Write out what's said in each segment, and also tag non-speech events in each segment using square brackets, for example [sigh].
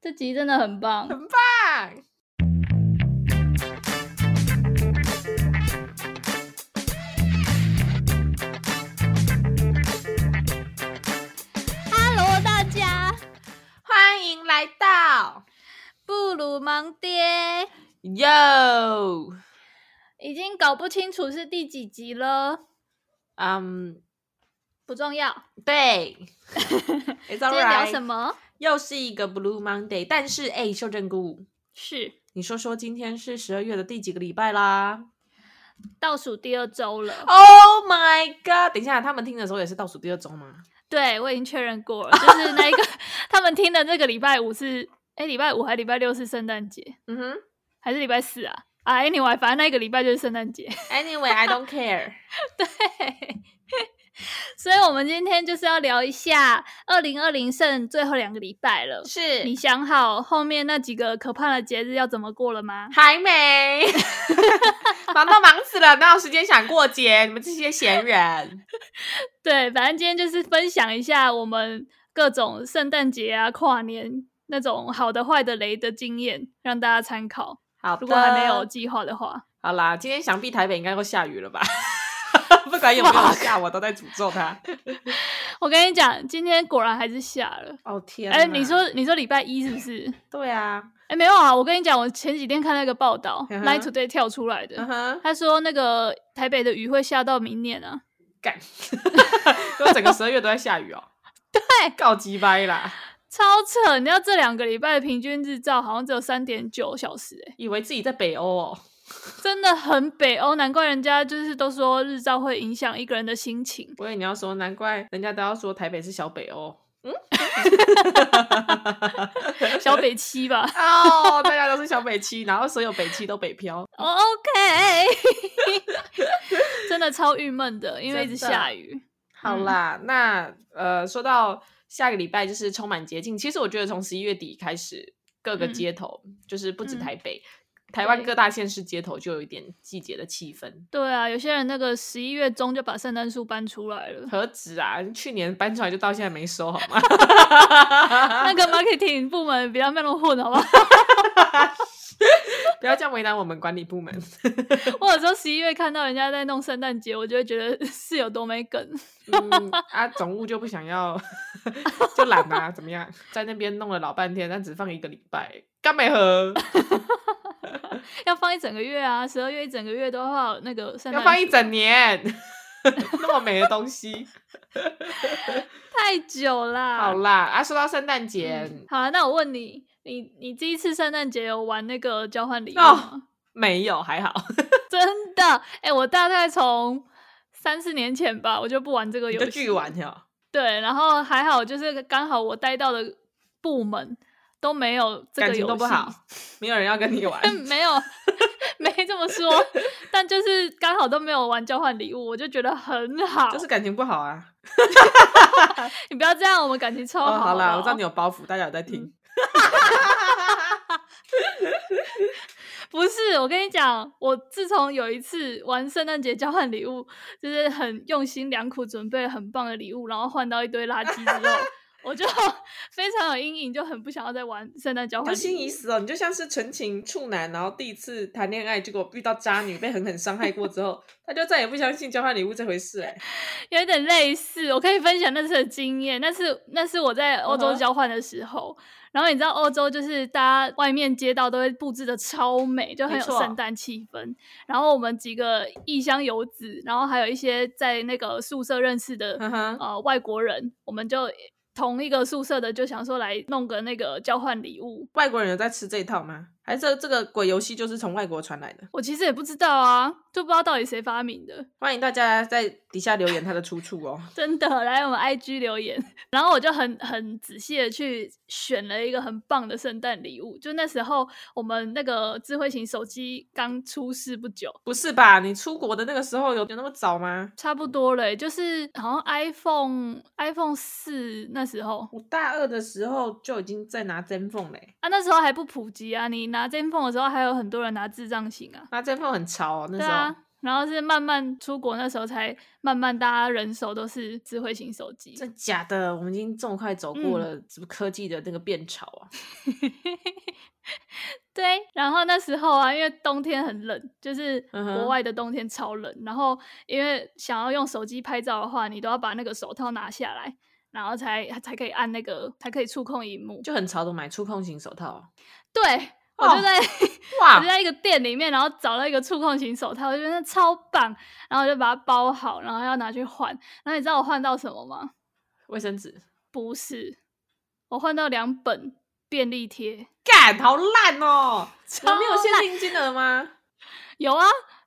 这集真的很棒，棒！ Hello 大家，欢迎来到布鲁盲爹 Yo，已经搞不清楚是第几集了，嗯、不重要。对 [laughs] 今，It's 天聊什 alright，么？又是一个 Blue Monday，但是哎、秀珍菇，是你说说今天是十二月的第几个礼拜啦倒数第二周了。 ？Oh my god！等一下，他们听的时候也是倒数第二周吗？对，我已经确认过了，就是那一个他们听的那个礼拜五是，哎，礼拜五还礼拜六是圣诞节，嗯哼还是礼拜四啊？啊，anyway，反正那一个礼拜就是圣诞节， [laughs] ，Anyway，I don't care。所以我们今天就是要聊一下二零二零剩最后两个礼拜了。是你想好后面那几个可怕的节日要怎么过了吗？还 [laughs] 没，忙到忙死了，哪有时间想过节？你们这些闲人。对，反正今天就是分享一下我们各种圣诞节啊、跨年那种好的、坏的雷的经验，让大家参考。好的，如果还没有，计划的话，好啦，今天想必台北应该会下雨了吧？ [laughs] 不管有没有下，我都在诅咒他。我跟你讲，今天果然还是下了。 [laughs] 哦天哪！哎、你说你说礼拜一是不是？对啊，哎、没有啊，我跟你讲，我前几天看那个报道、嗯哼 l i n e Today 跳出来嗯的，哼，他说那个台北的雨会下到明年啊。干， [laughs] 因为整个十二月都在下雨哦。 [laughs] 对，告鸡掰啦，超扯！你知道这两个礼拜的平均日照好像只有三点九小时、欸，以为自己在北欧哦。真的很北欧，难怪人家就是都说日照会影响一个人的心 [laughs] 情。我以为你要说，难怪人家都要说台北是小北欧。 [laughs] [laughs] 小北七 [laughs] 吧哦，大家都是小北七，然后所有北七都北漂。哦，OK，真的超郁闷的，因为一直下雨。好嗯啦，那呃，说到下个礼拜就是充满捷径，其实我觉得从十一月底开始，各个嗯街头、就是不止嗯台北，台湾对各大县市街头就有一点季节的气氛。对啊，有些人那个十一月中就把圣诞树搬出来了，何止啊！去年搬出来就到现在没收，好吗？ [laughs] [laughs] 啊那个 marketing 部门比较没那么混，好不 [laughs] 好？不要这样为难我们管理部门。我有时候十一月看到人家在弄圣诞节，我就会觉得是有多没梗。 [laughs] 嗯、 [laughs] 啊，总务就不想要， [laughs] 就懒啊，怎么样？在那边弄了老半天，但只放一个礼拜，干没喝，要放一整个月啊，十二月一整个月都要有那个圣要诞，放一整年， [laughs] 那么美的东西。太久啦。好啦，啊，说到圣诞节，嗯好啊，那我问你，你你第一次圣诞节有玩那个交换礼物 [laughs] 哦吗？没有，还好，真的，哎、我大概从三四年前吧，我就不 [laughs] 玩这个你游就戏。剧玩哟。对，然后还好，就是刚好我待到的部门都没有这感个游情戏，都 [laughs] 不好，没有人要跟你玩。但没有，没这么说，但就是刚好都没有玩交换礼物，我就觉得很 [laughs] 好。就是感情不好啊！你不要这样，我们感情超哦，好嗯好啦，我知道不你有包袱，大家有在听。不是，我跟你讲，我自从有一次玩圣诞节交换礼物，就是很用心良苦准备了很棒的礼物，然后换到一堆垃圾之 [laughs] 后，我就 [laughs] 非常有阴影，就很不想要再玩圣诞交你换就心礼已物。死哦，你就像是纯情处男，然后第一次谈恋爱，结果遇到渣女，被狠狠伤害过 [laughs] 之后，他就再也不相信交换礼物这回事哎、有点类似，我可以分享那次的经验。那次那是我在欧洲嗯哼交换的时候然后你知道欧洲就是大家外面街道都会布置的超美，就很没有错圣诞气氛。然后我们几个异乡游子，然后还有一些在那个宿舍认识的嗯哼，呃外国人，我们就同一个宿舍的就想说来弄个那个交换礼物。外国人有在吃这一套吗？还是这这个鬼游戏就是从外国传来的？我其实也不知道啊，就不知道到底谁发明的，欢迎大家在底下留言它的出处 [laughs] 哦。真的来我们 IG 留言。然后我就很很仔细的去选了一个很棒的圣诞礼物，就那时候我们那个智慧型手机刚出世不久，不是吧？你出国的那个时候有有那么早吗？差不多嘞，就是好像 iPhone iPhone 四那时候我大二的时候就已经在拿针哎缝嘞，啊，那时候还不普及啊，你拿 j 风的时候还有很多人拿智障型啊。拿针缝很潮哦，那对时候。啊，然后是慢慢出国那时候才慢慢大家人手都是智慧型手机，真假的？我们已经这么快走嗯过了什么科技的那个变潮啊！对，然后那时候啊，因为冬天很冷，就是嗯哼国外的冬天超冷。然后因为想要用手机拍照的话，你都要把那个手套拿下来，然后才才可以按那个，才可以触控荧幕。就很潮的买触控型手套啊、对，我哦就在、我哇就！在一个店里面，然后找到一个触控型手套，我觉得那超棒，然后我就把它包好，然后要拿去换。然后你知道我换到什么吗？卫生纸，不是，我换到两本便利贴。干，好烂哦！超我没有限定金额吗？有啊，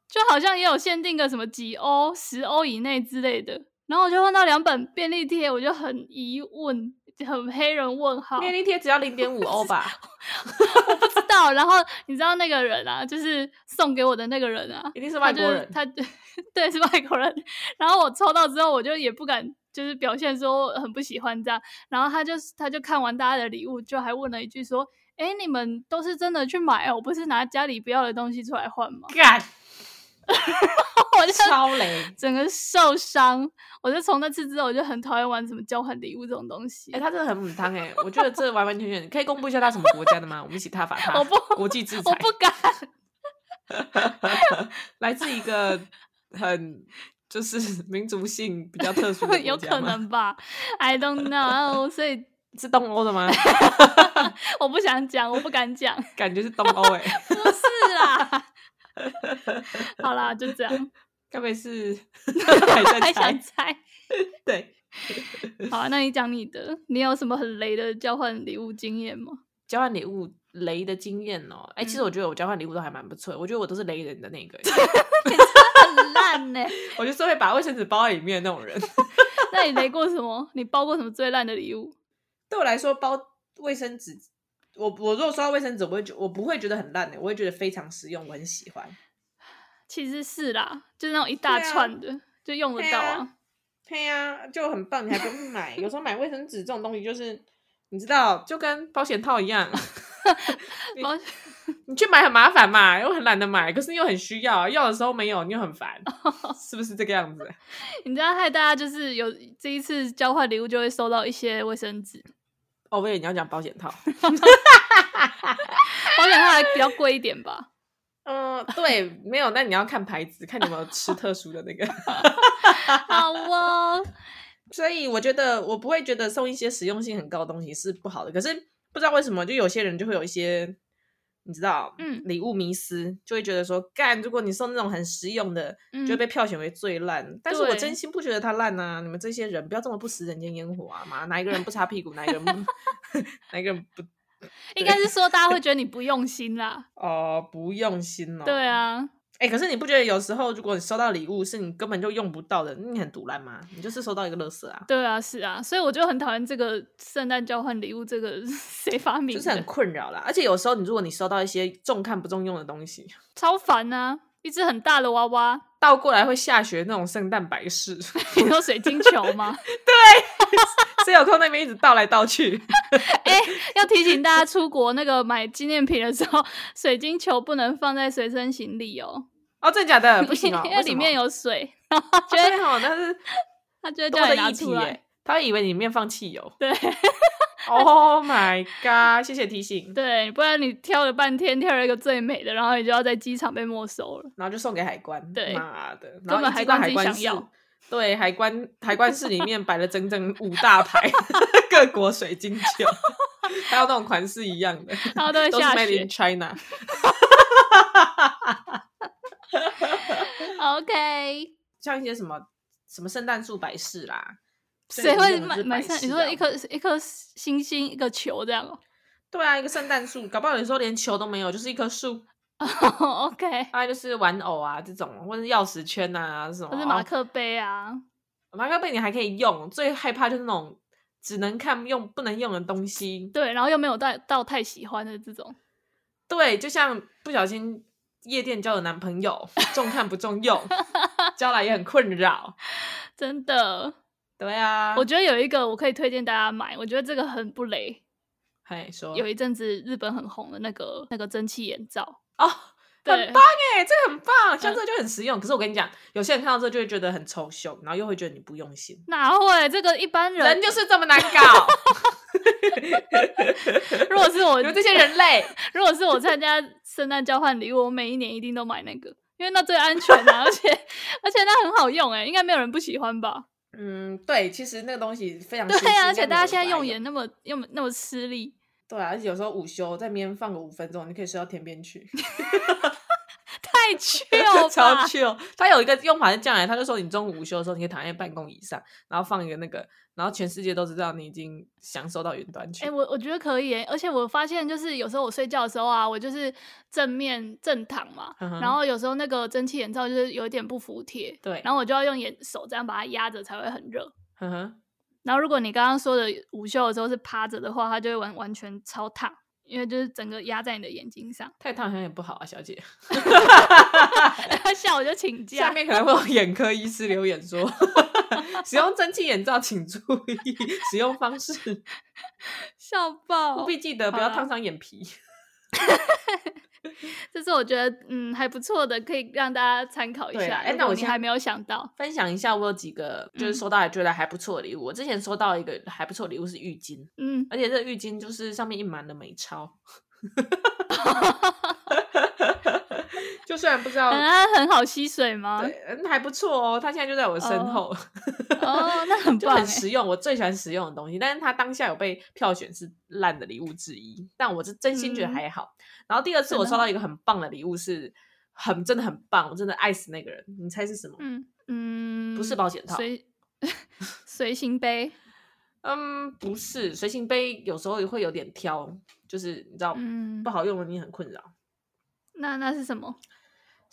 就好像也有限定个什么几欧、十欧以内之类的。然后我就换到两本便利贴，我就很疑问，很黑人问号，便利 E 贴只要零点五欧吧？ [laughs] 我不知道。然后你知道那个人啊，就是送给我的那个人啊，一定是他外就国是人，他对是外国人。然后我抽到之后，我就也不敢，就是表现说我很不喜欢这样。然后他就他就看完大家的礼物，就还问了一句说：“哎，你们都是真的去买哦，不是拿家里不要的东西出来换吗 [laughs] 干，？”我就超雷！ [laughs] 整个受伤。我就从那次之后，我就很讨厌玩什么交换礼物这种东西。哎、他真的很母汤哎、我觉得这完完全全可以公布一下他什么国家的吗？我们一起踏伐他， [laughs] 我不国际制我裁，不敢，来自一个很就是民族性比较特殊的国 [laughs] 有家可吗能吧？I don't know，所以 [laughs] 是东欧的吗？我不想讲，我不敢讲，感觉是东欧哎、不是 [laughs] 啦。好啦，就这样，该不会是 [laughs] 还在还想猜？猜？对，好啊、那你讲你的，你有什么很雷的交换礼物经验 [laughs] 吗？交换礼物雷的经验哦、哎、其实嗯我觉得我交换礼物都还蛮不错的，我觉得我都是雷人的那 [laughs] 个欸、很烂呢、我就是会把卫生纸包在里面的那种人。 [laughs] [laughs] 那你雷过什么？你包过什么最烂的礼物？对我来说，包卫生纸，我我如果收到卫生纸，我会觉我不会觉得很烂的、我会觉得非常实用，我很喜欢。其实是啦，就是那种一大对啊串的，就用得对到啊啊。对呀、就很棒，你还不用买。有时候买卫生纸这种东西，就是你知道，就跟保险套一 [laughs] 样，你包 [laughs] 你去买很麻烦嘛，又很懒得买，可是你又很需要，要的时候没有，你又很 [laughs] 烦，是不是这个样子？你知道害大家就是有这一次交换礼物就会收到一些卫生纸，哦，我以为你要讲保险套。保险套还比较贵一点 [laughs] 吧。 [laughs] 嗯，对，没有，那你要看牌子，看你有没有吃特殊的那个。 [laughs] 好哦，所以我觉得我不会觉得送一些实用性很高的东西是不好的，可是不知道为什么，就有些人就会有一些，你知道，嗯礼物迷思，就会觉得说，干，如果你送那种很实用的，嗯 [laughs] 就会被票选为最烂。但是我对真心不觉得它烂啊！你们这些人不要这么不食人间烟火啊！妈，哪一个人不擦屁股，哪一个人不， [laughs] 哪一个人不应该是说大家会觉得你不用心啦。哦不用心 [laughs] 哦？对，啊，哎、可是你不觉得有时候如果你收到礼物是你根本就用不到的，那你很毒烂吗？你就是收到一个垃圾啊，对啊，是啊，所以我就很讨厌这个圣诞交换礼物，这个 [laughs] 谁发明的？就是很困扰啦。而且有时候你如果你收到一些重看不重用的东西，超烦啊！一只很大的娃娃，倒过来会下雪那种圣诞摆饰， [laughs] 你说水晶球吗？ [laughs] 谁有空那边一直倒来倒去？要提醒大家，出国那个买纪念品的时候，水晶球不能放在随身行李哦，哦，真的假的？不行因哦，为里面有有水，然后他觉就会得哦，但是他就会多叫的你拿议题出来耶。，他会以为里面放汽 [laughs] 油。对 Oh my god！谢谢提醒，对，不然你挑了半天，挑了一个最美的，然后你就要在机场被没收了。然后就送给海关。对妈的，然根后本一海进到关自己关想室要。对，海关海关室里面摆了整整五大排 [laughs] 各国水晶球， [laughs] 还有那种款式一样的，然后都会都是下 Made 雪 in。China。 [laughs] OK，像一些什么什么圣诞树摆饰啦，谁会买买上上？？你说一颗一颗星星一个球这样哦、 [laughs] 对啊，一个圣诞树，搞不好有时候连球都没有，就是一棵树， OK，大概就是玩偶啊这种，或者是钥匙圈啊什么。或是马克杯啊，马克杯你还可以用，最害怕就是那种只能看用不能用的东西。对，然后又没有到到太喜欢的这种。对，就像不小心夜店交的男朋友，重看不重 [laughs] 用，交来也很困扰。真的，对啊，我觉得有一个我可以推荐大家买，我觉得这个很不雷。嘿说有一阵子日本很红的那个那个蒸汽眼罩，哦，对，哎、这个很棒，嗯像这个就很实用。可是我跟你讲，有些人看到这就会觉得很抽象，然后又会觉得你不用心。哪会这个一般人？人就是这么难搞，如果是我你，们这些人 [laughs] 类。如果是我参加圣诞交换礼物，我每一年一定都买那个，因为那最安全啊，而且 [laughs] 而且那很好用哎、应该没有人不喜欢吧？嗯，对，其实那个东西非常对新奇啊，而应该且没大有家现人在买用的眼那么那么那么吃 [laughs] 力，对啊，而且有时候午休在那边放个五分钟，你可以睡到天边去，太 [laughs] chill 超吧？ chill。他有一个用法是这样来，欸他就说你中午午休的时候，你可以躺在办公椅上，然后放一个那个，然后全世界都知道你已经享受到云端去。哎、我我觉得可以、欸，而且我发现就是有时候我睡觉的时候啊，我就是正面正躺嘛，嗯哼然后有时候那个蒸汽眼罩就是有一点不服帖，对，然后我就要用眼手这样把它压着才会很热。呵呵然后如果你刚刚说的午休的时候是趴着的话，它就会完完全超烫，因为就是整个压在你的眼睛上。 [laughs] 太烫好像也不好啊，小姐。他笑我就请假。下面可能会有眼科医师留言 [laughs] 说， [laughs] 使用蒸汽眼罩请注意使用方 [laughs] 式，笑爆务！必记得不要好啦啊烫伤眼皮。这是我觉得嗯还不错的，可以让大家参考一对下。啦哎如那果我你先还没有想到，分享一下，我有几个就是嗯收到还觉得还不错的礼物。我之前收到一个还不错的礼物是浴巾，嗯，而且这个浴巾就是上面印满了美钞。 [laughs] 就虽然不知道，嗯，它很好吸水吗？哦对，嗯还不错哦。它现在就在我身后， [laughs] 哦，那很就棒哎很，实用。我最喜欢实用的东西，但是它当下有被票选是烂的礼物之一，但我是真心觉得嗯还好。然后第二次真我的收好到一个很棒的礼物是很真的很棒，我真的爱死那个人。你猜是什么？嗯嗯，不是保险套， [laughs] 随随行杯，嗯，不是，随行杯有时候也会有点挑，就是你知道、嗯不，好用的，你很困扰。那那是什么？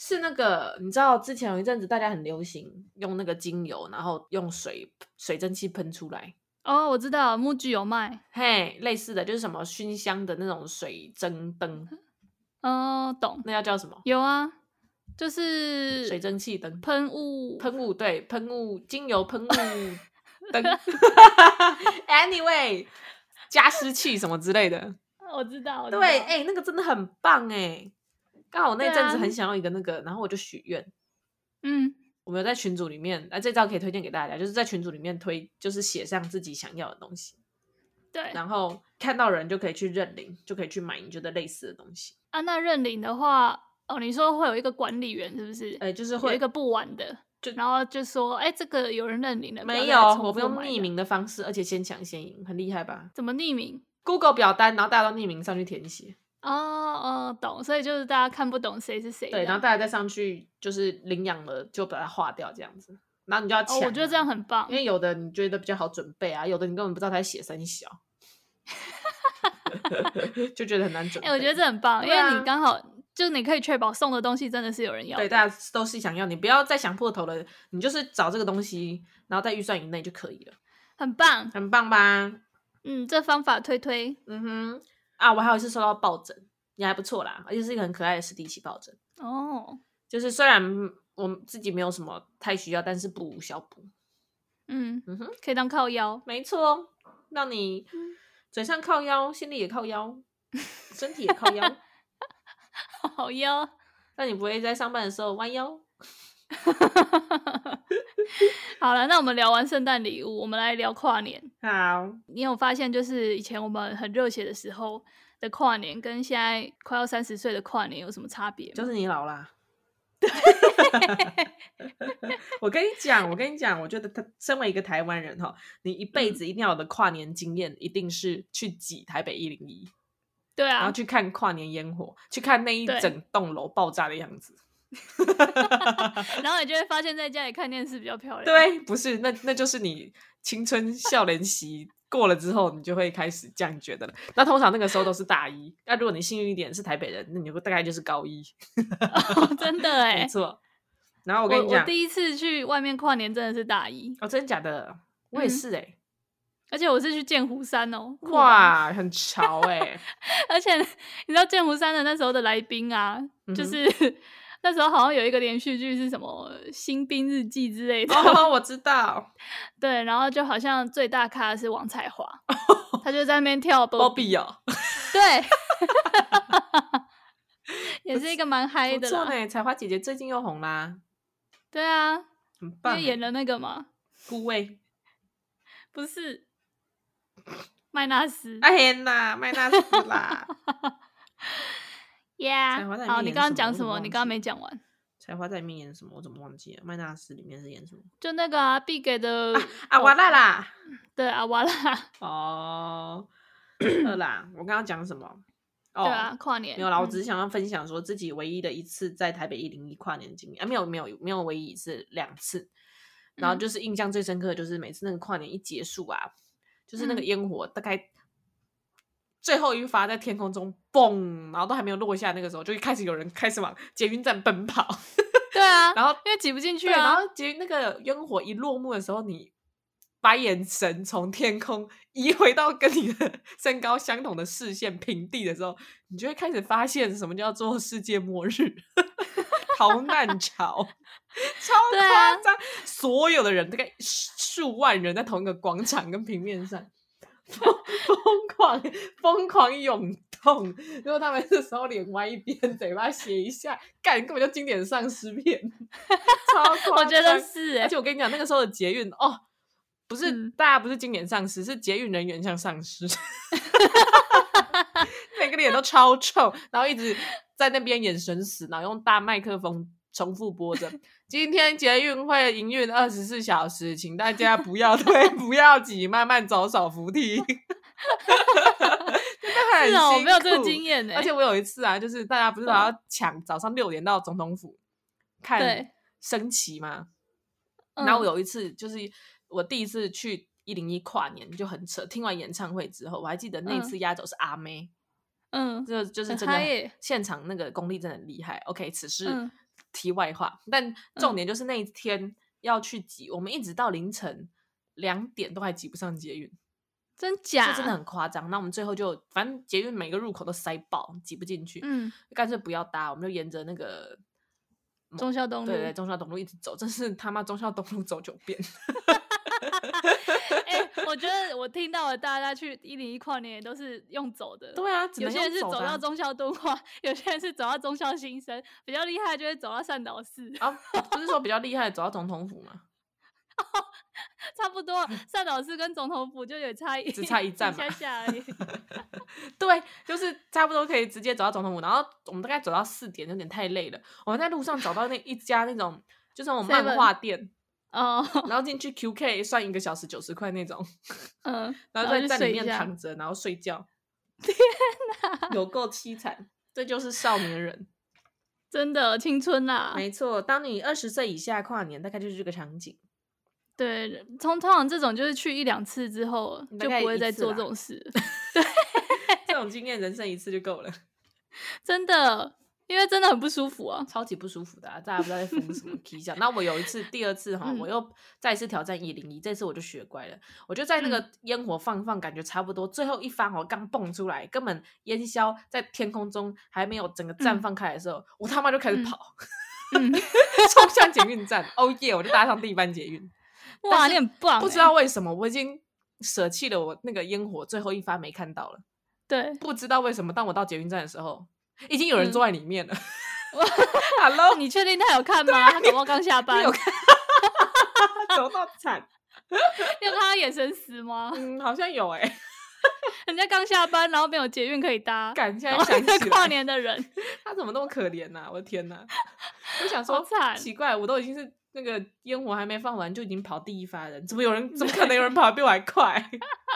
是那个，你知道之前有一阵子大家很流行用那个精油，然后用水水蒸气喷出来，哦，我知道，木具有卖，嘿，类似的就是什么熏香的那种水蒸灯，哦，懂，那要叫什么？有啊，就是水蒸气灯，喷雾，喷雾，对，喷雾精油 [laughs] 喷雾灯，anyway，加 [laughs] 湿器什么之类的，我知道，我知对，道哎、那个真的很棒哎、刚好我那对阵子啊很想要一个那个，然后我就许愿，嗯，我们有在群组里面，哎、这招可以推荐给大家，就是在群组里面推，就是写上自己想要的东西，对，然后看到人就可以去认领，就可以去买你觉得类似的东西，啊，那认领的话，哦，你说会有一个管理员是不是？哎、就是有会一个不玩的，就然后就说，哎、这个有人认领了，不要没再有，重我不复用买匿了，名的方式，而且先抢先赢，很厉害吧怎么匿名？ ？Google 表单，然后大家都匿名上去填写，哦哦，懂，所以就是大家看不懂谁是谁这对，样。然后大家再上去就是领养了就把它划掉这样子，然后你就要抢啊、哦，我觉得这样很棒因。为有的你觉得比较好准备啊，有的你根本不知道他在写三 [laughs] 小， [laughs] 就觉得很难准哎、备。我觉得这很棒，因对为啊你刚好就你可以确保送的东西真的是有人要对的。大家都是想要，你不要再想破头了，你就是找这个东西，然后在预算以内就可以了，很棒。很棒吧？嗯，这方法推推嗯哼，啊，我还有一次收到抱枕，也还不错啦，而且是一个很可爱的史迪奇抱枕，哦，就是虽然我自己没有什么太需要，但是不无小补。嗯，嗯哼，可以当靠腰。没错，让你嗯嘴上靠腰，心里也靠腰，身体也靠 [laughs] 腰。哦好腰。那你不会在上班的时候弯腰？ [laughs] 好了，那我们聊完圣诞礼物，我们来聊跨年。好，你有发现，就是以前我们很热血的时候的跨年，跟现在快要三十岁的跨年有什么差别吗？就是你老 [laughs] 啦。我跟你讲，我跟你讲，我觉得他身为一个台湾人哈，你一嗯辈子一定要有的跨年经验，一定是去挤台北一零一，对然后啊，去看跨年烟火，去看那一对整栋楼爆炸的样子。然后你就会发现，在家里看电视比较漂亮。，对，不是，那那就是你青春校园期过了之后，你就会开始这样觉得了。那通常那个时候都是大一，那如果你幸运一点是台北人，那你就大概就是高一，真 [laughs] 的哎、没错。然后我我跟你我讲，第一次去外面跨年真的是大一，哦，真的假的？我也嗯是哎、而且我是去剑湖山哦，酷吧！哇，很潮哎、而且你知道剑湖山的那时候的来宾啊，嗯就哼是 [laughs] 那时候好像有一个连续剧是什么《新兵日记》之类的，[laughs] [laughs] 哦，我知道，对，然后就好像最大咖的是王彩华， [laughs] 他就在那边跳包 [laughs] Bobby，庇哦，对，也也是一个蛮嗨不的错啦。呢。彩花姐姐最近又红啦，对啊，因很棒为欸。演了那个嘛，顾魏，不是麦纳斯。哎呀呐，麦纳斯 [laughs] 啦。 Yeah，彩虹到底好，演你刚刚什么讲我什怎么么？忘你刚刚记没了讲完。彩花在里面演什么？我怎么忘记了？麦纳斯里面是演什么？就那个啊，必给的 [laughs] 啊，完了啦！对阿瓦拉， [clears throat] 哦，饿啦！我刚刚讲什么？ [laughs] 哦，对啊，跨年没有啦，我只嗯是想要分享说自己唯一的一次在台北一零一跨年的经历啊，没有没有没有唯一一次，两次。然后嗯就是印象最深刻，的就是每次那个跨年一结束啊，就是那个嗯烟火大概最后一发在天空中嘣，然后都还没有落下，那个时候就开始有人开始往捷运站奔跑，对 [laughs] 啊，然后因为挤不进去对，然啊，后结那个烟火一落幕的时候，你把眼神从天空移回到跟你的 [laughs] 身高相同的视线平地的时候，你就会开始发现什么叫做世界末日、 [laughs] 逃难潮，超对啊夸张！所有的人大概数数万人在同一个广场跟平面上。 [laughs] 疯疯狂疯狂涌动， [laughs] 结果他们这时候脸歪一边，嘴巴斜一下，干根本就经典丧 [laughs] 尸片，超夸我觉得张是哎、而且我跟你讲，那个时候的捷运哦，不是、嗯大家不是经典丧尸，是捷运人员像丧 [laughs] 尸，每个脸都超臭，然后一直在那边眼神死，然后用大麦克风重复播 [laughs] 着：“今天捷运会营运二十四小时，请大家不要推，不要挤，慢慢走，手扶梯。” [laughs] 真是的很哦，我辛没有这个苦经验哎、而且我有一次啊，就是大家嗯不是都要抢早上六点到总统府看对，升旗吗？嗯然后我有一次就是我第一次去一零一跨年就很扯，听完演唱会之后，我还记得那一嗯次压轴是阿妹，嗯这就是很真的嗨耶现场那个功力真的很厉害。OK，此事嗯题外话，但重点就是那一天要去挤，我们一直到凌晨两点都还挤不上捷运，真这假真的很夸张。那我们最后就反正捷运每个入口都塞爆，挤不进去，嗯，干脆不要搭，我们就沿着那个忠孝东路对对忠孝东路一直走，真是他妈忠孝东路走九 [laughs] 遍。哎、我觉得我听到了大家去一零一跨年也都是用走的，对啊，只有能些人用是走走的啊到忠孝敦化，有些人是走到忠孝新生，比较厉害就会走到善导寺，啊，不是说比较厉害，走到总统 [laughs] 府嘛，差不 [laughs] 多善导寺跟总统府就有差一，只差一站嘛下下而已。 [laughs] 对，就是差不多可以直接走到总统府。然后我们大概走到四点，有点太累了。我们在路上找到那一家那种就是那种漫 Seven 画店，哦，然后进去 QK 算一个小时九十块那种，嗯，然后后在就在睡里一面下躺着，然后睡觉。 [laughs] 天哪，有够凄惨。这就是少年人， [laughs] 真的青春啊啦、没错。当你二十岁以下跨年，大概就是这个场景。对，通通常这种就是去一两次之后大就概不会一再次做啦这种事了， [laughs] [laughs] 这种经验，人生一次就够了，真的，因为真的很不舒服啊。超级不舒服的、啊。大家不知道在疯什么皮笑。那我有一次，第二次哈，嗯我又再一次挑战一零一，这次我就学乖了。我就在那嗯个烟火放放，感觉差不多，最后一发我刚蹦出来，根本烟消在天空中还没有整个绽嗯放开来的时候，我他妈就开始嗯跑，嗯， [laughs] 冲向捷运站。哦耶！我就搭上第一班捷运，哇，是你很棒欸、不知道为什么我已经舍弃了我那个烟火最后一发没看到了，对，不知道为什么，当我到捷运站的时候，已经有人嗯坐在里 [laughs] 面了。哇 Hello，你确定他有看吗？他搞不好刚下班，啊你你有有看，走到惨，看他眼神死吗？ [laughs] 嗯，好像有哎、欸，人家刚下班，然后没有捷运可以搭，感现然在后想哎在起跨来，年哦 [laughs] 的人，他怎么那么可怜呐、我的天呐、 [laughs] 我想好说惨，奇怪，我都已经是那个烟火还没放完就已经跑第一发人，怎么 [laughs] 有人怎么可能有人跑得比我还快？ [laughs]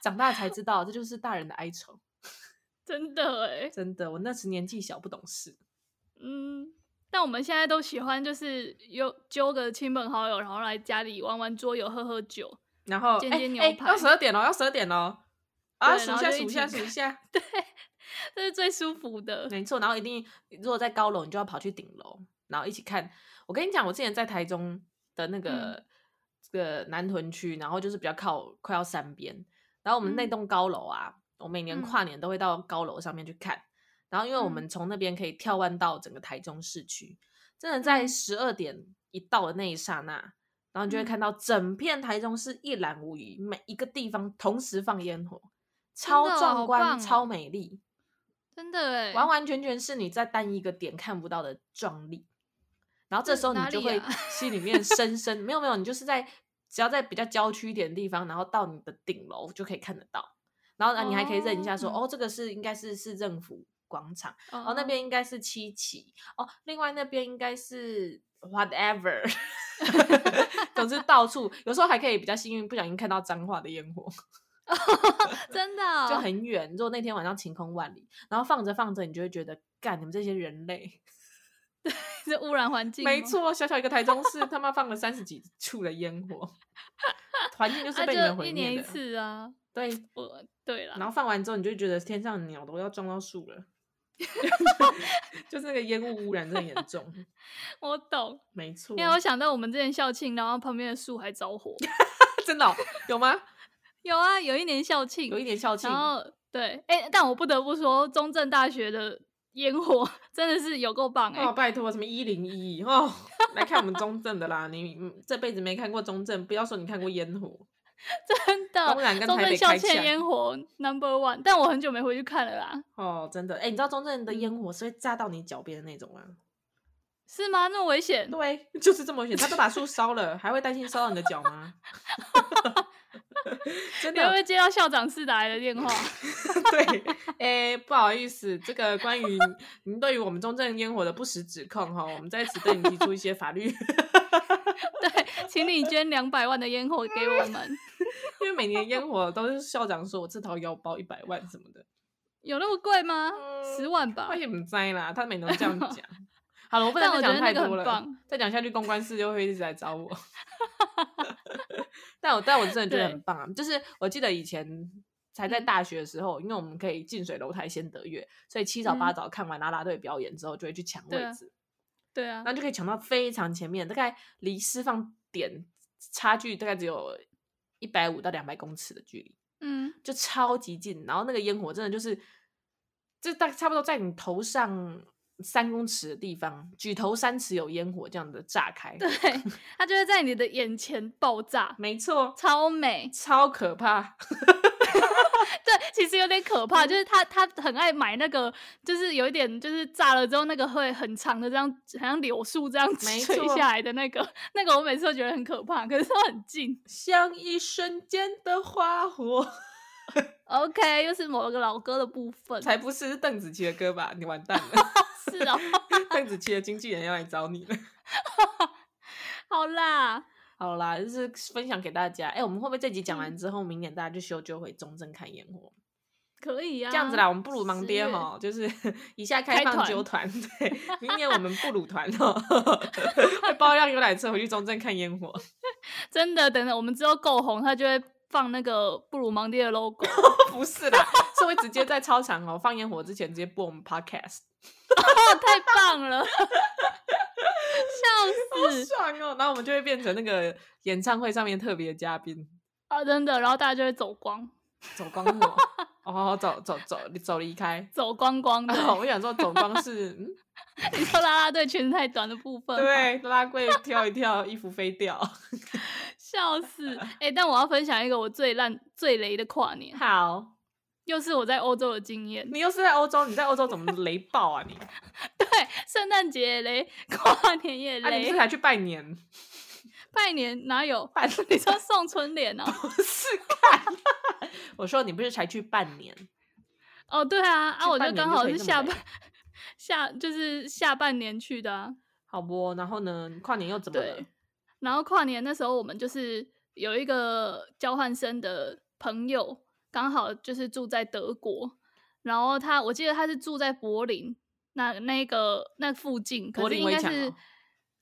长大才知道，这就是大人的哀愁。真的哎，真的，我那时年纪小不懂事，嗯。但我们现在都喜欢，就是有揪个亲朋好友，然后来家里玩玩桌游、喝喝酒。然后煎哎煎牛哎排要十二点了，要十二点了。啊，对数然一后下，就一数一下，起数一下，这是最舒服的。没错。然后一定，如果在高楼，你就要跑去顶楼，然后一起看。我跟你讲，我之前在台中的嗯那个、这个南屯区，然后就是比较靠快要山边，然后我们那嗯栋高楼啊，我每年嗯跨年都会到高楼上面去看。然后因为我嗯们从那边可以眺望到整个台中市区，真的在嗯十二点一到的那一刹那，然后你就会嗯看到整片台中市一览无余，每一个地方同时放烟火，超的哦壮好观、棒哦超美丽。真的哎，完完全全是你在单一个点看不到的壮丽。然后这这时候你哪就里会啊心里面深深、没有没有，你就是在只要在比较郊区一点的地方，然后到你的顶楼就可以看得到。然后呢，你还可以认一下说，哦哦，这个是应该是市政府广场，哦哦那边应该是七期，哦另外那边应该是 whatever，总之到处有时候还可以比较幸运，不小心看到彰化的烟火。真的哦就很远。如果那天晚上晴空万里，然后放着放着，你就会觉得，干你们这些人类，是污染环境吗，没错，小小一个台中市， [laughs] 他妈放了三十几处的烟火，环境就是啊，被你们就毁一灭年一的。次啊，对，我对了然，后放完之后，你就觉得天上鸟都要撞到树 [laughs] 了，就是那个烟雾污染真的严重，我懂，没错。因为我想到我们之前校庆，然后旁边的树还着火， [laughs] 真的哦、有吗？有啊，有一年校庆，有一年校庆然，后对，哎、但我不得不说，中正大学的烟火 [laughs] 真的是有够棒哎、哦，拜托，什么一零一哦，来看我们中正的啦！你嗯这辈子没看过中正，不要说你看过烟火，真当的。然跟中台正北校开庆枪。烟火 number one，但我很久没回去看了啦，哦，真的，哎、你知道中正的烟火是会炸到你脚边的那种吗？是吗？那么危险？对， [laughs] 就是这么危险，他都把树烧了，还会担心烧到你的脚吗？ [laughs] 真你会不的，会接到校长室打来的电话？ [laughs] [laughs] 对，哎、不好意思，这个关于您对于我们中正烟火的不实指控哈，我们在此对你提出一些法律， [laughs] 对，请你捐两百万的烟火给我们，因为每年烟火都是校长说我这套腰包一百万什么的，有那么贵吗？嗯十万吧我。也不在啦，他每年都这样讲。好了，我不能但再我讲觉得太那个多很了棒，再讲下去公关室就会一直来找我。 [laughs] 但我但我真的觉得对嗯很棒啊！就是我记得以前才在大学的时候，因为我们可以近水楼台先得月，所以七早八嗯早看完啦啦队表演之后，就会去抢位对啊置，对啊那、，就可以抢到非常前面，大概离释放点差距大概只有一百五到两百公尺的距离。嗯，就超级近，然后那个烟火真的就是，就大差不多在你头上三公尺的地方，举头三尺有烟火这样的炸开， [laughs] 对，它就会在你的眼前爆炸，没错，超美。超可怕，对，其实有点可怕，就是他他很爱买那个，就是有一点就是炸了之后那个会很长的这样，好像柳树这样没垂错下来的那个，那个我每次都觉得很可怕，可是它很近。像一瞬间的花火， [laughs] OK，又是某个老歌的部分，才不是是邓紫棋的歌吧？你完蛋了， [laughs] 是 [laughs] 哦，邓紫棋的经纪人要来找你了。 [laughs] 好啦，好啦，就是分享给大家。哎、我们会不会这集讲嗯完之后，明年大家就休就回中正看烟火？可以啊，这样子啦，我们布鲁盲十爹月哈，就是 [laughs] 以下开开放团纠团， [laughs] 对，明年我们布鲁团哦， [laughs] 会包一辆游览车回去中正看烟火， [laughs] 真的，等等我们之后够红，他就会放那个布鲁芒蒂的 logo，不是啦，是会直接在操场哦放烟火之前直接播我们 podcast，太棒了，笑好死爽哦，然后我们就会变成那个演唱会上面特别嘉宾， [laughs] 啊！真的，然后大家就会走光，走光火，哦，走走走走离开。走光光的。哦，我想说，走光是嗯 [laughs] 你说啦啦队裙子太短的部分，，对拉柜跳一跳，衣服飞掉。笑死！哎、但我要分享一个我最烂、最雷的跨年，好，又是我在欧洲的经验。你又是在欧洲，你在欧洲怎么雷爆 [laughs] 啊你？对，圣诞节也雷， [laughs] 跨年也啊，你不雷，是还去拜年？拜年哪有？拜你说送春联哦？是看。我说你不是才去半年？哦，对啊，去啊，我拜就年刚就好可是以这么下雷半下就是下半年去的、啊，好不？然后呢？你跨年又怎么了对？然后跨年那时候，我们就是有一个交换生的朋友，刚好就是住在德国，然后他我记得他是住在柏林，那那个那附近，可柏是林应围该墙是、哦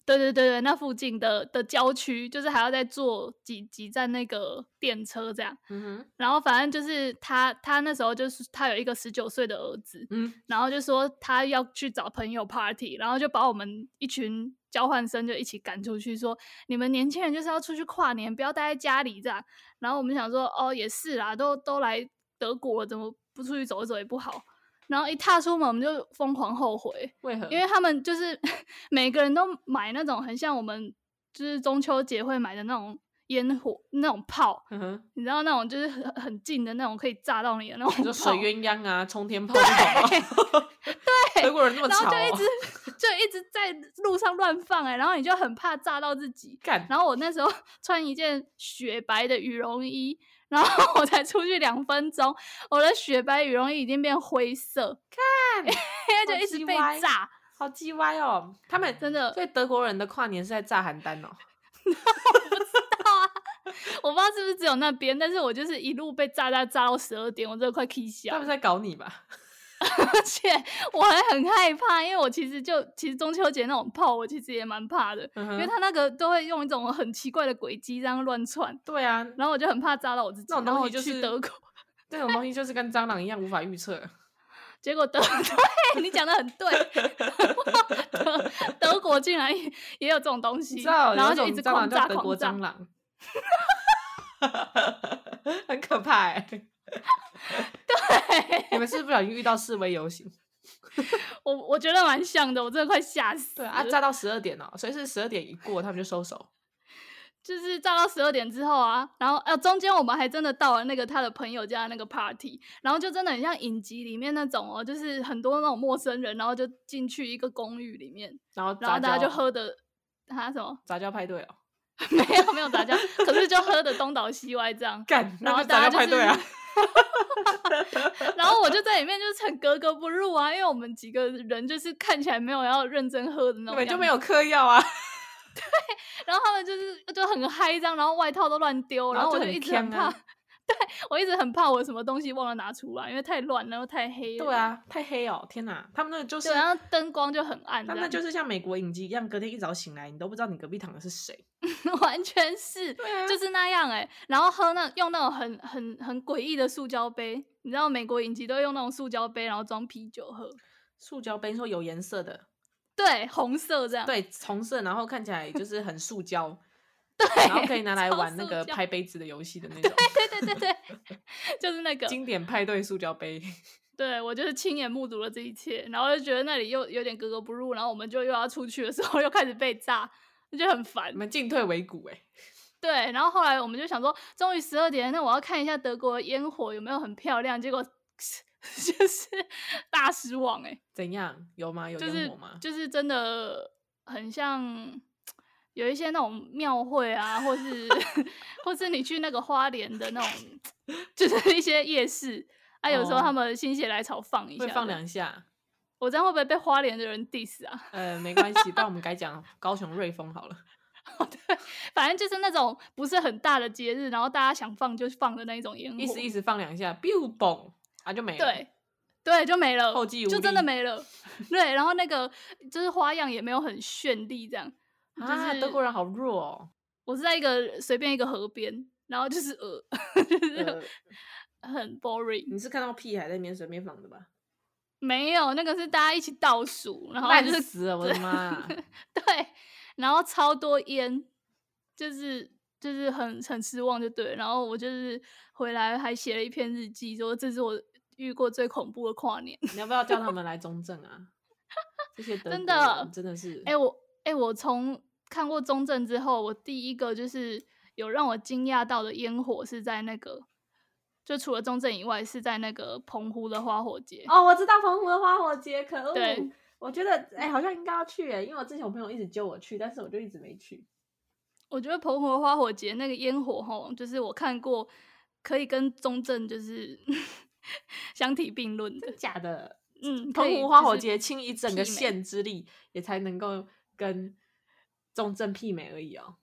对对对对，那附近的的郊区，就是还要再坐几几站那个电车这样。嗯哼，然后反正就是他他那时候就是他有一个十九岁的儿子，嗯，然后就说他要去找朋友 party，然后就把我们一群交换生就一起赶出去说，你们年轻人就是要出去跨年，不要待在家里这样。然后我们想说，哦，也是啦，都都来德国了，怎么不出去走一走也不好。然后一踏出门，我们就疯狂后悔，为何？因为他们就是 [laughs] 每个人都买那种很像我们就是中秋节会买的那种烟火那种炮，嗯哼，你知道那种就是很很近的那种可以炸到你的那种你说水炮鸳鸯啊、冲天炮这种吗， [laughs] 对德国人那么然后吵就一哦，直就一直在路上乱放哎、然后你就很怕炸到自己。干然后我那时候 [laughs] 穿一件雪白的羽绒衣，然后我才出去两分钟，我的雪白羽绒衣已经变灰色，干，因为就一直被好鸡歪炸，好鸡歪哦！他们真 [laughs] 的所以德国人的跨年是在炸邯郸哦，我不知道是不是只有那边，但是我就是一路被炸炸炸到十二点，我真的快气他笑们。是在搞你吧？而且我还很害怕，因为我其实就其实中秋节那种炮，我其实也蛮怕的，嗯因为哼，它那个都会用一种很奇怪的轨迹这样乱窜，对啊，然后我就很怕炸到我自己。那种然东后西就去是德国，这种东西就是跟蟑螂一样无法 [laughs] 预测。结果德 [laughs] 对你讲的很对，德德国竟然也也有这种东你西，知道，然后有一种一直蟑狂螂叫炸德狂国炸蟑， [laughs] 螂，很可怕、 [laughs] 欸。对，你们是不是不小心遇到示威游行？我我觉得蛮像的，我真的快吓死对了。啊，炸到十二点哦、所以是十二点一过，他们就收手。就是炸到十二点之后啊，然后呃中间我们还真的到了那个他的朋友家的那个 party，然后就真的很像影集里面那种哦，就是很多那种陌生人，然后就进去一个公寓里面，然后然后杂大家就交喝的啊什么 [laughs] 杂交派对哦、没有没有杂交，可是就喝的东倒西歪这样，干，那然后就杂大家交就派对啊，然后我就在里面就是很格格不入啊，因为我们几个人就是看起来没有要认真喝的那你种，们就没有。嗑药啊，然后他们就是就很嗨这样，然后外套都乱丢，然然后后我就就很一直很呛怕，啊对我一直很怕我什么东西忘了拿出来，因为太乱了又太黑了。对，啊，太黑哦、天哪，他们那个就是对，然啊后灯光就很暗这他样，们就是像美国影集一样，隔天一早醒来，你都不知道你隔壁躺的是谁。 [laughs] 完全是对啊就是那样哎、然后喝那用那种很很很诡异的塑胶杯，你知道美国影集都会用那种塑胶杯，然后装啤酒喝，塑胶杯，说有颜色的，对，红色这样，对，红色，然后看起来就是很塑胶，对然后可以拿来超玩那塑个胶拍杯子的游戏的那种对哦对对 [laughs] 对，就是那个，经典派对塑 [laughs] 胶杯。对我就是亲眼目睹了这一切，然后就觉得那里又有点格格不入，然后我们就又要出去的时候又 [laughs] 开始被炸，我就很烦你。们进退维谷哎、对，然后后来我们就想说，终于十二点，那我要看一下德国的烟火有没有很漂亮，结果 [laughs] 就是大失望哎、怎样？有吗？有就烟是火吗？就是真的很像。有一些那种庙会啊，或是 [laughs] 或是你去那个花莲的那种， [laughs] 就是一些夜市啊，有时候哦他们心血来潮放一下这会样，放两下，我这样会不会被花莲的人 diss 啊？ [laughs] 呃，没关系，不然我们改讲高雄瑞丰好了。反正就是那种不是很大的节日，然后大家想放就放的那一种烟火，意思意思放两下，biu 嘣啊就没了。，对对，就没了，后继无力就真的没 [laughs] 了。对，然后那个就是花样也没有很绚丽，这样。啊，就是德国人好 [laughs] 弱哦。我是在一个随便一个河边，然后就是 [laughs] 呃，就是呃很 boring。你是看到屁还在那边随便放的吧？没有，那个是大家一起倒数，然后烂就是死了，我的妈！啊 [laughs] 对，然后超多烟，就是就是很很失望，就对了。然后我就是回来还写了一篇日记，说这是我遇过最恐怖的跨年。你要不要叫他们来中正 [laughs] 啊？这些德真国的人真的是，哎、我哎、我从看过中正之后，我第一个就是有让我惊讶到的烟火是在那个，就除了中正以外，是在那个澎湖的花火节。哦，我知道澎湖的花火节，可恶！对我觉得哎、好像应该要去哎，因为我之前我朋友一直揪我去，但是我就一直没去。我觉得澎湖的花火节那个烟火吼，就是我看过可以跟中正就是 [laughs] 相提并论的。假的，嗯，可澎以湖花就火是节倾一整个媲美县之力，也才能够跟中正媲美而已哦。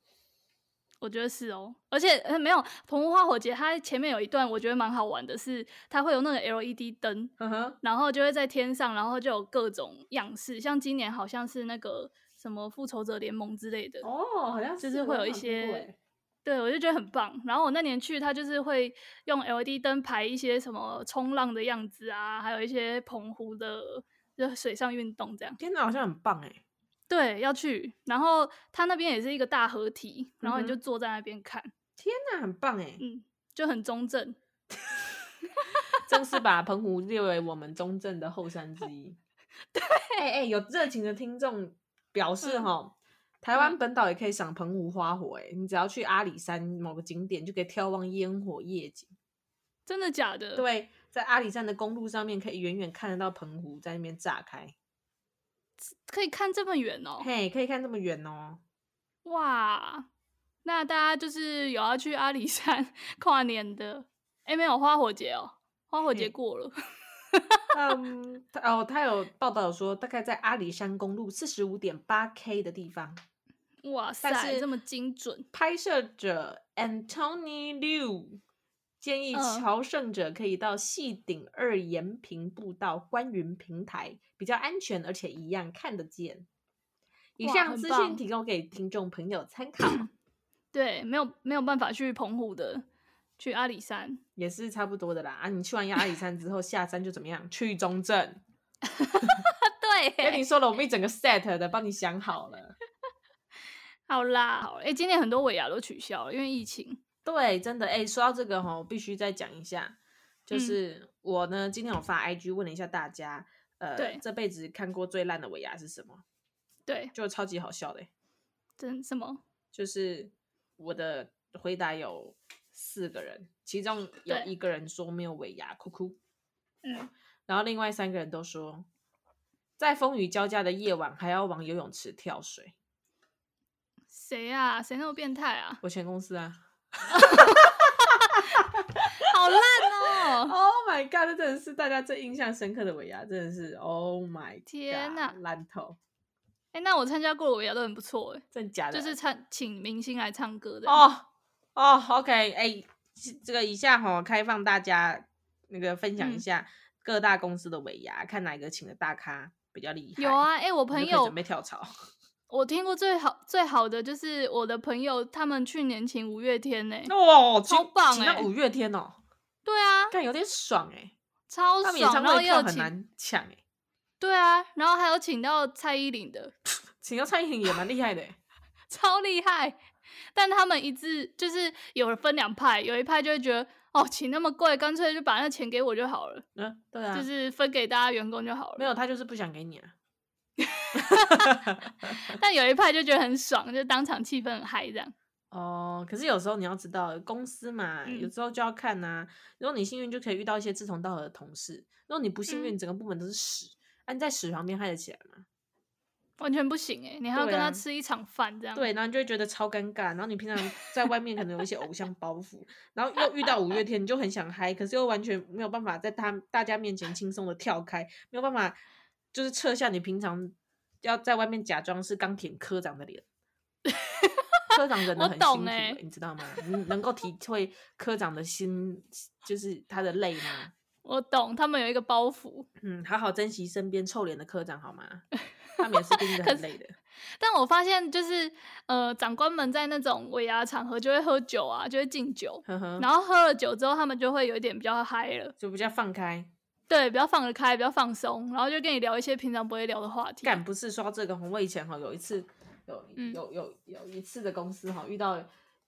我觉得是哦，而且呃没有澎湖花火节，它前面有一段我觉得蛮好玩的是，它会有那个 LED 灯，呵呵，然后就会在天上，然后就有各种样式，像今年好像是那个什么复仇者联盟之类的，哦，好像就是我会好有一像听过些哎对我就觉得很棒。然后我那年去，它就是会用 LED 灯排一些什么冲浪的样子啊，还有一些澎湖的。就水上运动这样，天哪，好像很棒哎。对，要去。然后它那边也是一个大合体，然后你嗯哼就坐在那边看，天哪，很棒哎！嗯，就很中正。正式把澎湖列为我们中正 [laughs] 哎的后山之一。对，哎、有热情的听众表示嗯哈，台湾本岛也可以赏澎湖花火、欸，哎，你只要去阿里山某个景点就可以眺望烟火夜景。真的假的？，对，在阿里山的公路上面可以远远看得到澎湖在那边炸开，可以看这么远哦、嘿，可以看这么远哦。哇，那大家就是有要去阿里山 [laughs] 跨年的？哎、没有花火节哦、花火节嘿过了。 [laughs] 嗯，他 [laughs] 哦，他有报道说，大概在阿里山公路四十五点八 K 的地方，哇但塞，是这么精准，拍摄者 Anthony Liu 建议嗯朝圣者可以到细顶二延平步道观云平台，比较安全，而且一样看得见。以哇上很资棒讯提供给听众朋友参考， [clears throat] 对，没有没有办法去澎湖的，去阿里 [laughs] 山。也是差不多的啦。啊，你去完阿里山之后下山就怎么样？去中正。对跟你耶，说了，我们一整个 set 的帮你想好了。好啦，好，哎、今年很多尾牙都取消了，因为疫情。对，真的，哎、说到这个哈，我必须再讲一下，就嗯是我呢，今天有发 IG 问了一下大家，对呃，这辈子看过最烂的尾牙是什么？对，就超级好笑的欸、真什么？就是我的回答有四个人，其中有对一个人说没有尾牙，哭哭，嗯，然后另外三个人都说，在风雨交加的夜晚还要往游泳池跳水，谁啊？谁那么变态啊？ [laughs] 我前公司啊。好烂哦、 [laughs] [laughs] Oh my god！这真的是大家最印象深刻的尾牙，真的是 Oh my god！天哪烂透，哎、那我参加过的尾牙都很不错哎、真的假的？就是唱请明星来唱歌的。哦哦，OK，哎、这这个以下哈、开放大家那个分享一嗯下各大公司的尾牙，看哪个请的大咖比较厉害。有啊，哎、我你就可朋以友准备 [laughs] 跳槽，我听过最好最好的就是我的朋友，他们去年请五月天呢、哦，超请棒请到欸五月天哦，对啊，看有点爽哎、超他爽，们演唱然后会也票有很请，难抢哎、对啊，然后还有请到蔡依林的，请到蔡依林也蛮厉害的、欸。超厉害。但他们一致就是有分两派，有一派就会觉得哦，请那么贵，干脆就把那钱给我就好了，嗯，对啊，就是分给大家员工就好了。没有他就是不想给你啊。但有一派就觉得很爽，就当场气氛很嗨这样。哦，可是有时候你要知道，公司嘛，有嗯时候就要看呐、如果你幸运，就可以遇到一些志同道合的同事；如果你不幸运，整个部门都是屎，啊，你在屎旁边嗨得起来吗？完全不行哎、你还要对跟他啊吃一场饭这样。对，然后你就会觉得超尴尬。然后你平常在外面可能有一些偶像包袱，然后又遇到五月天，你就很想嗨，可是又完全没有办法在他大家面前轻松的跳开，没有办法就是撤下你平常要在外面假装是钢铁科长的脸。科长真的我很辛懂苦、欸你知道吗？你能够体会科长的心，就是他的累吗？我懂，他们有一个包袱。嗯，好好珍惜身边臭脸的科长好吗？他们也是盯着很累的。但我发现就是呃，长官们在那种尾牙场合就会喝酒啊，就会敬酒，呵呵，然后喝了酒之后，他们就会有一点比较嗨了，就比较放开。对，比较放得开，比较放松，然后就跟你聊一些平常不会聊的话题。干不是说到这个哈，我以前哈有一次有嗯有有有一次的公司哈遇到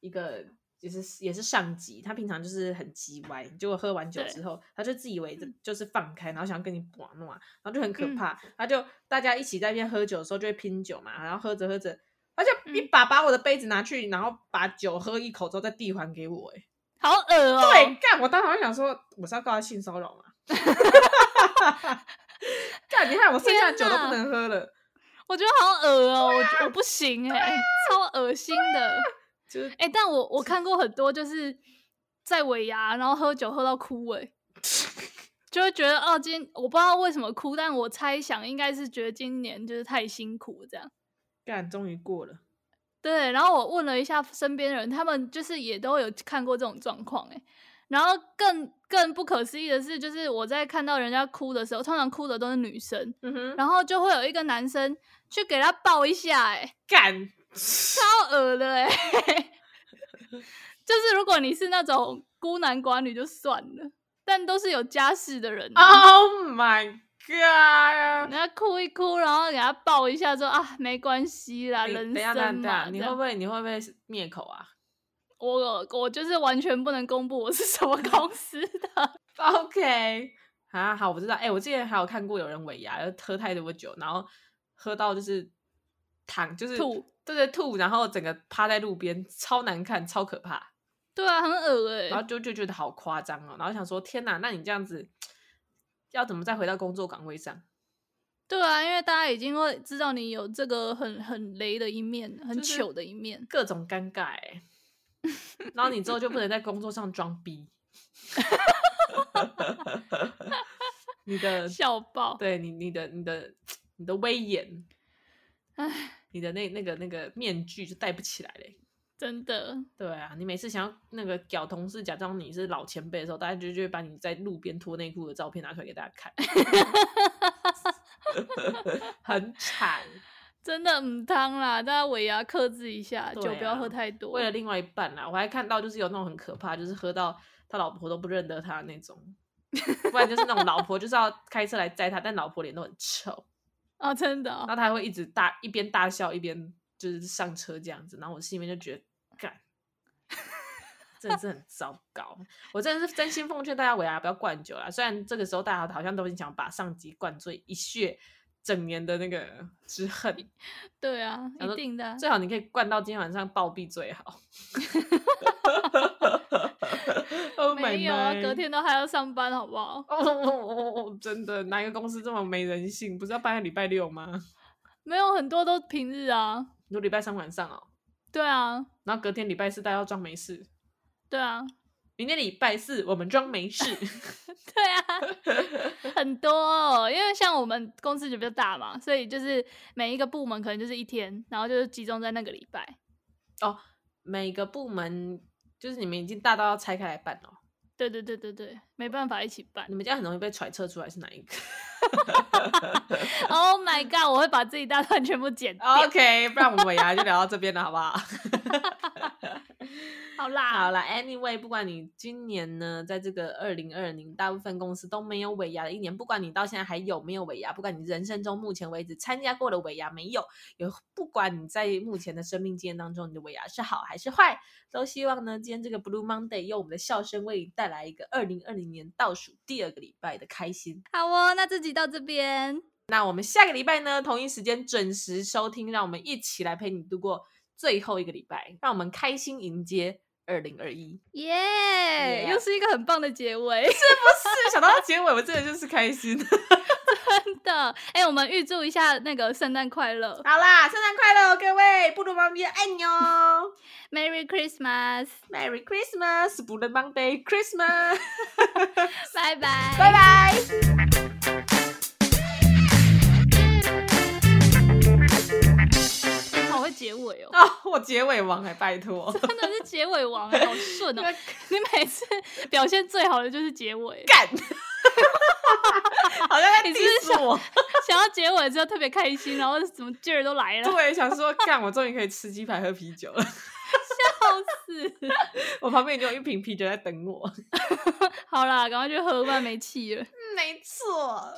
一个就是也是上级，他平常就是很叽歪，结果喝完酒对嗯之后，他就自以为这就是放开，然后想要跟你玩弄啊，然后就很可怕，他就大家一起在那边喝酒的时候就会拼酒嘛，然后喝着喝着。他就一嗯把把我的杯子拿去，然后把酒喝一口之后再递还给我、欸，好恶哦、对，，干！我当时就想说，我是要告他性骚 [laughs] 扰吗？ [laughs] 干！你看我剩下的酒都不天哪能喝了。我觉得好恶哦、我觉啊我不行哎、超恶心的。就是哎、但我我看过很多就是在尾牙，然后喝酒喝到哭哎、 [laughs] 就会觉得哦，今天我不知道为什么哭，但我猜想应该是觉得今年就是太辛苦这样。干，终于过了。对，然后我问了一下身边的人，他们就是也都有看过这种状况哎。然后更更不可思议的是，就是我在看到人家哭的时候，通常哭的都是女生，嗯哼，然后就会有一个男生去给他抱一下，哎，干，超恶的哎。 [laughs] 就是如果你是那种孤男寡女就算了，但都是有家室的人、啊， Oh my god！人家哭一哭，然后给他抱一下，说啊没关系啦，你人哎等一下，等生一嘛下，，这你样会不会你会不会灭口啊我我就是完全不能公布我是什 [laughs] 么公司的。 ？OK，啊，好，我知道。哎、我之前还有看过有人尾牙，就喝太多酒，然后喝到就是躺，就是吐对对吐，然后整个趴在路边，超难看，超可怕。对啊，很恶哎、然后就就觉得好夸张哦，然后想说天哪，那你这样子要怎么再回到工作岗位上？对啊，因为大家已经会知道你有这个很很雷的一面，很就是糗的一 [laughs] 面。各种尴尬、欸，然后你之后就不能在工作上装逼。你 [laughs] 的笑爆！对你你的你的你的威严，你的那那个那个面具就戴不起来嘞、真的，对啊，你每次想要那个屌同事假装你是老前辈的时候，大家就就会把你在路边脱内裤的照片拿出来给大家看，很惨。真的唔汤啦，大家尾牙克制一下，对酒不要啊喝太多。为了另外一半啊啦，我还看到就是有那种很可怕，就是喝到他老婆都不认得他那种，不然就是那种老婆就是要开车来载他，但老婆脸都很臭，啊，真的然哦、后他还会一直大一边大笑一边就是上车这样子，然后我心里面就觉得干。真的是很糟糕，我真的是真心奉劝大家尾牙不要灌酒啦。虽然这个时候大家好像都很想把上级灌醉，一血整年的那个之恨，对啊，想一说定的啊。最好你可以灌到今天晚上暴毙最 [laughs] 好。oh my 没有啊， mind 隔天都还要上班，好不好？哦哦哦哦，真的，哪个公司这么没人性？不是要办在礼拜六吗？没有很多都平日啊。你说礼拜三晚上哦，对啊，然后隔天礼拜四大家要装没事，对啊，明天礼拜四我们装 [laughs] 没事。对啊，很多、哦，因为像我们公司就比较大嘛，所以就是每一个部门可能就是一天，然后就是集中在那个礼拜。每个部门就是你们已经大到要拆开来办哦，对对对对对，没办法一起办你。们这样很容易被揣测出来是哪一个。 [laughs] Oh my god！我会把自己大段全部剪掉。 OK，不然我们尾牙就聊到这边了，好不好？好啦，好啦 a n y w a y 不管你今年呢，在这个二零二零，大部分公司都没有尾牙的一年，不管你到现在还有没有尾牙，不管你人生中目前为止参加过的尾牙没有，有不管你在目前的生命经验当中，你的尾牙是好还是坏，都希望呢，今天这个 Blue Monday 用我们的笑声为你带来一个二零二零年倒数第二个礼拜的开心。好哦，那这集到这边，那我们下个礼拜呢，同一时间准时收听，让我们一起来陪你度过最后一个礼拜，让我们开心迎接二零二一。耶、 Yeah 又是一个很棒的结尾， [laughs] 是想到结尾，我真的就是开心。真的。哎、我们预祝一下那个圣诞快乐好啦，圣诞快乐，各位！布鲁邦迪爱你哦，Merry Christmas， ，Merry Christmas，布鲁邦迪 Christmas，拜拜，拜拜。好会结尾哦，哦，我结尾王哎，拜托，真的是结尾王，好顺哦。你每次表现最好的就是结尾，干，好像在你是不是 diss 我。想要结尾之后特别开心，然后什么劲儿都来了，对，想说干，我终于可以吃鸡排喝啤酒了。笑死。我旁边已经有一瓶啤酒在等我。好啦，赶快去喝，不然没气了。没错。